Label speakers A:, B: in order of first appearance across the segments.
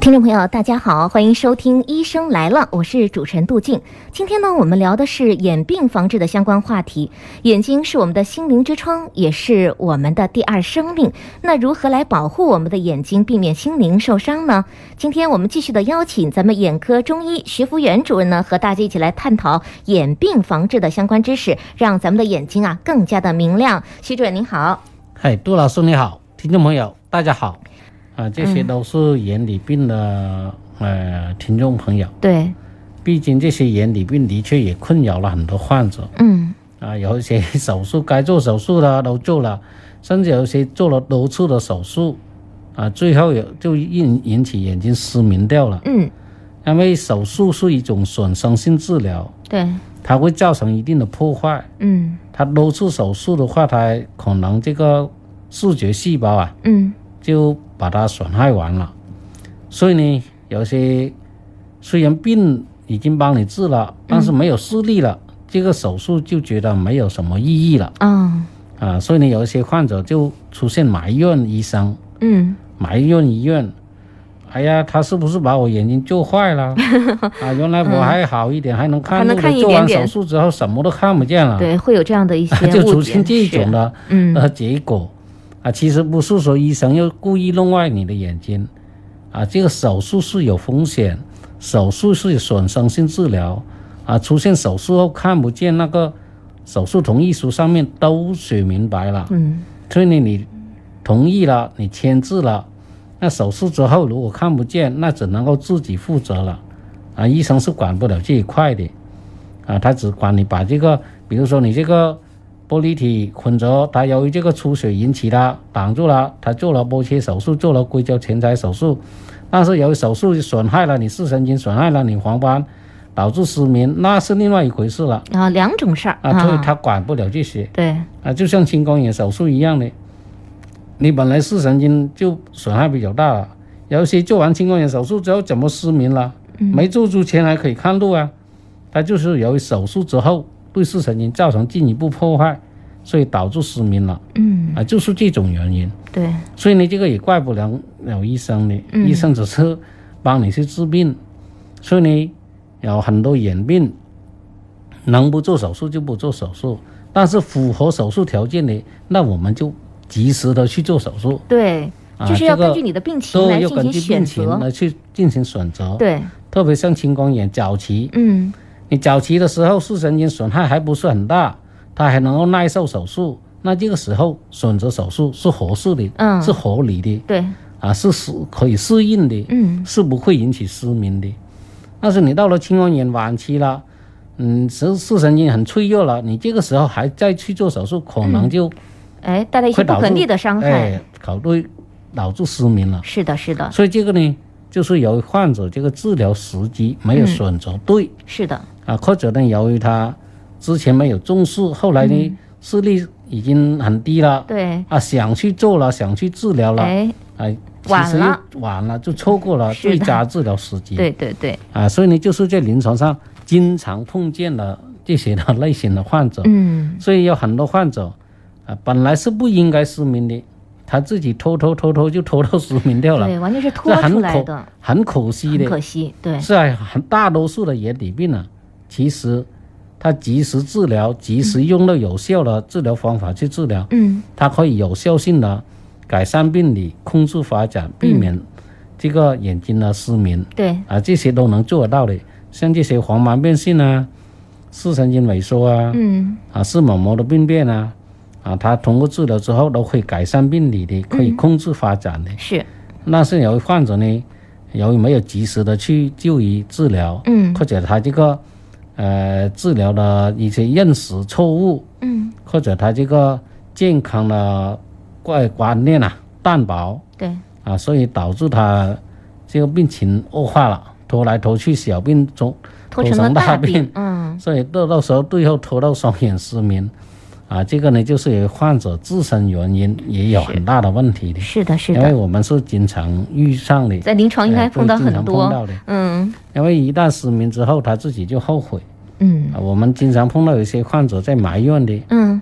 A: 听众朋友，大家好，欢迎收听《医生来了》，我是主持人杜静。今天呢，我们聊的是眼病防治的相关话题。眼睛是我们的心灵之窗，也是我们的第二生命。那如何来保护我们的眼睛，避免心灵受伤呢？今天我们继续的邀请咱们眼科中医徐福元主任呢，和大家一起来探讨眼病防治的相关知识，让咱们的眼睛啊更加的明亮。徐主任您好，
B: 嗨，杜老师你好，听众朋友大家好，啊，这些都是眼底病的、呃听众朋友，
A: 对，
B: 毕竟这些眼底病的确也困扰了很多患者
A: 嗯
B: 啊，有一些 手术该做手术的都做了，甚至有一些做了多次的手术，啊，最后有就引引起眼睛失明掉了，
A: 嗯，
B: 因为手术是一种损伤性治疗，
A: 对，
B: 它会造成一定的破坏，
A: 嗯
B: 它多次手术的话，它可能这个视觉细胞啊。
A: 嗯
B: 就把它损害完了。所以呢，有些虽然病已经帮你治了，
A: 嗯
B: 但是没有视力了，这个手术就觉得没有什么意义了
A: 啊、哦
B: 啊。所以呢，有一些患者就出现埋怨医生，
A: 嗯。
B: 埋怨医院。哎呀，他是不是把我眼睛做 坏了？啊，原来我还好一点，还能
A: 嗯
B: 看
A: 还
B: 路
A: 能
B: 的。
A: 看一
B: 做完
A: 点点
B: 手术之后，什么都看不见了。
A: 对，会有这样的一些
B: 啊 就
A: 误
B: 出
A: 解
B: 现这种
A: 是
B: 的
A: 嗯
B: 呃结果啊，其实不是说医生要故意弄坏你的眼睛啊，这个手术是有风险，手术是损伤性治疗啊，出现手术后看不见那个手术同意书上面都写明白了，
A: 嗯
B: 所以呢你同意了，你签字了，那手术之后如果看不见，那只能够自己负责了，啊，医生是管不了这一块的，啊，他只管你把这个，比如说你这个玻璃体混浊，它由于这个出血引起的挡住了，他做了剥切手术，做了硅胶全摘手术，但是由于手术损害了你视神经，损害了你黄斑，导致失明，那是另外一回事了，
A: 啊，两种事儿
B: 啊，所以他管不了这些。
A: 对，
B: 啊，就像青光眼手术一样的，你本来视神经就损害比较大了，有些做完青光眼手术之后怎么失明了？没做之前还可以看路啊，它就是由于手术之后对视神经造成进一步破坏，所以导致失明了
A: 嗯
B: 啊，就是这种原因。
A: 对，
B: 所以呢，这个也怪不了了医生的，
A: 嗯
B: 医生只是帮你去治病。所以呢，有很多眼病，能不做手术就不做手术，但是符合手术条件的，那我们就及时的去做手术。
A: 对，
B: 啊
A: 就是要
B: 这个
A: 根据你的病情
B: 都
A: 来
B: 要
A: 进行
B: 根据病
A: 选
B: 情
A: 择。
B: 来去进行选择。，
A: 对，
B: 特别像青光眼早期，
A: 嗯
B: 你早期的时候视神经损害还不是很大，它还能够耐受手术，那这个时候选择手术是合适的，
A: 嗯
B: 是合理的。
A: 对，
B: 啊，是适可以适应的，
A: 嗯
B: 是不会引起失明的。但是你到了青光眼晚期了，嗯，视视神经很脆弱了，你这个时候还再去做手术，可能就
A: 哎，带来嗯一些
B: 会
A: 不
B: 导致
A: 可逆的伤害。
B: 哎，考虑导致失明了。
A: 是的，是的，
B: 所以这个呢，就是由于患者这个治疗时机没
A: 嗯
B: 有选择对、
A: 是的，
B: 啊，或者呢，由于他之前没有重视，后来呢、视力已经很低了，
A: 嗯对，
B: 啊，想去做了，想去治疗了，
A: 哎，
B: 哎，
A: 晚
B: 其实
A: 了
B: 又晚了，就错过了
A: 是的
B: 最佳治疗时机。
A: 对对对，
B: 啊，所以呢，就是在临床上经常碰见了这些的 类型的患者，
A: 嗯
B: 所以有很多患者啊，本来是不应该失明的，他自己偷偷偷偷就偷偷失明掉了，
A: 对，完全是
B: 这
A: 拖出
B: 很
A: 来
B: 可
A: 的，
B: 很可惜
A: 很
B: 的。
A: 可惜。对，
B: 是啊，很大多数的眼底病啊，其实他及时治疗，及时用到有效的治疗方法去治疗，
A: 嗯
B: 它可以有效性的改善病理，控制发展，避免
A: 嗯
B: 这个眼睛的失明、
A: 对，
B: 啊，这些都能做得到的。像这些黄斑变性啊、视神经萎缩啊、
A: 嗯
B: 啊视网膜的病变啊，啊，它通过治疗之后都可以改善病理
A: 嗯
B: 的，可以控制发展的。
A: 是，
B: 那是由于患者呢，由于没有及时的去就医治疗，
A: 嗯
B: 或者他这个呃治疗的一些认识错误，
A: 嗯
B: 或者他这个健康的观观念啊淡薄
A: 对，
B: 啊，所以导致他这个病情恶化了，拖来拖去，小病从
A: 拖
B: 拖
A: 成了
B: 成
A: 大
B: 大
A: 病
B: 病，
A: 嗯
B: 所以到到时候最后拖到双眼失明，啊，这个呢就是由患者自身原因也有很大的问题的，
A: 是的，是
B: 因为
A: 的，
B: 我们是经常遇上的，
A: 在临床应该
B: 哎
A: 碰到
B: 会经
A: 很
B: 常
A: 多
B: 碰，到的，
A: 嗯
B: 因为一旦失明之后他自己就后悔，
A: 嗯
B: 啊，我们经常碰到有些患者在埋怨的，
A: 嗯，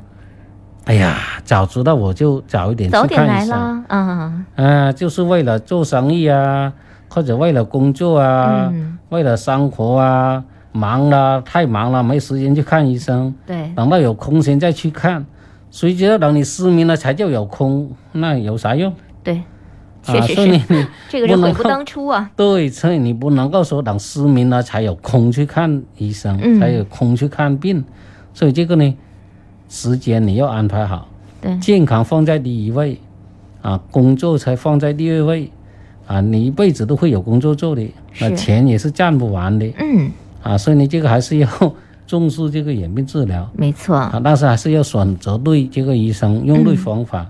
B: 哎呀，早知道我就早一点
A: 早
B: 去
A: 点来
B: 看医生，
A: 啦啊，
B: 啊，就是为了做生意啊，或者为了工作啊，
A: 嗯
B: 为了生活啊，忙了太忙了，没时间去看医生。
A: 对，
B: 等到有空闲再去看，谁知道等你失明了才叫有空，那有啥用？
A: 对，确
B: 啊，
A: 实
B: 所以
A: 是，
B: 你
A: 这个人
B: 不
A: 悔
B: 能
A: 不
B: 够
A: 当初啊，
B: 对，所以你不能够说等失明了才有空去看医生，
A: 嗯
B: 才有空去看病，所以这个呢，时间你要安排好，
A: 对，
B: 健康放在第一位，啊，工作才放在第二位，啊，你一辈子都会有工作做的，那
A: 是
B: 钱也是赚不完的，
A: 嗯，
B: 啊，所以你这个还是要重视这个眼病治疗。
A: 没错，
B: 啊，但是还是要选择对这个医生，用对方法，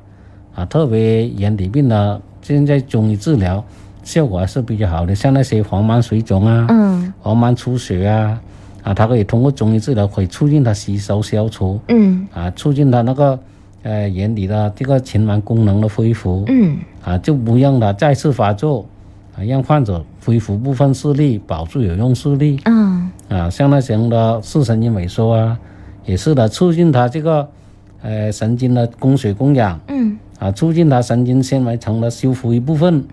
B: 啊，特别眼底病呢，现在中医治疗效果还是比较好的，像那些黄斑水肿啊、
A: 嗯
B: 黄斑出血啊，啊，它可以通过中医治疗可以促进它吸收消除，
A: 嗯
B: 啊，促进它那个呃眼底的这个循环功能的恢复，
A: 嗯，
B: 啊，就不让它再次发作，啊，让患者恢复部分视力，保住有用视力。
A: 啊，
B: 啊，像那型的视神经萎缩啊，也是的，促进它这个呃神经的供血供氧
A: 嗯
B: 啊，促进它神经纤维层的修复一部分，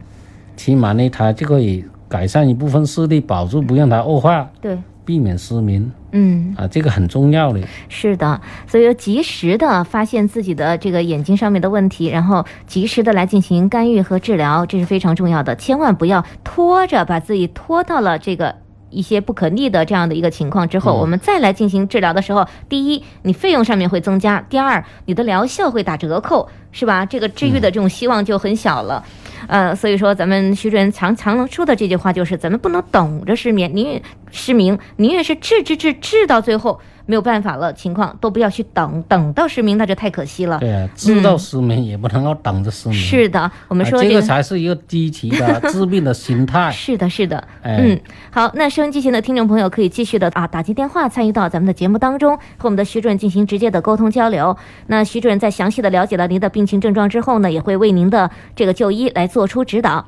B: 起码呢，它就可以改善一部分视力，保住不让它恶化，
A: 对，
B: 避免失明
A: 嗯。
B: 啊，这个很重要的。
A: 是的，所以要及时的发现自己的这个眼睛上面的问题，然后及时的来进行干预和治疗，这是非常重要的。千万不要拖着把自己拖到了这个。一些不可逆的这样的一个情况之后，
B: 嗯
A: 我们再来进行治疗的时候，第一，你费用上面会增加；第二，你的疗效会打折扣，是吧？这个治愈的这种希望就很小了。呃，所以说咱们徐主任常常说的这句话就是，咱们不能等着失眠，宁愿失明，宁愿是治治治治到最后没有办法了，情况都不要去等，等到失明那就太可惜了。
B: 对啊，治到失明也不能够等着失
A: 嗯
B: 明，
A: 是的，我们
B: 啊
A: 说
B: 这
A: 这
B: 个
A: 个。
B: 才是一个积极的 治病的心 态。
A: 是的，是的，
B: 哎
A: 嗯，好，那收音机前的听众朋友可以继续的啊，打进电话参与到咱们的节目当中，和我们的徐主任进行直接的沟通交流。那徐主任在详细的了解了您的病情症状之后呢，也会为您的这个就医来做出指导。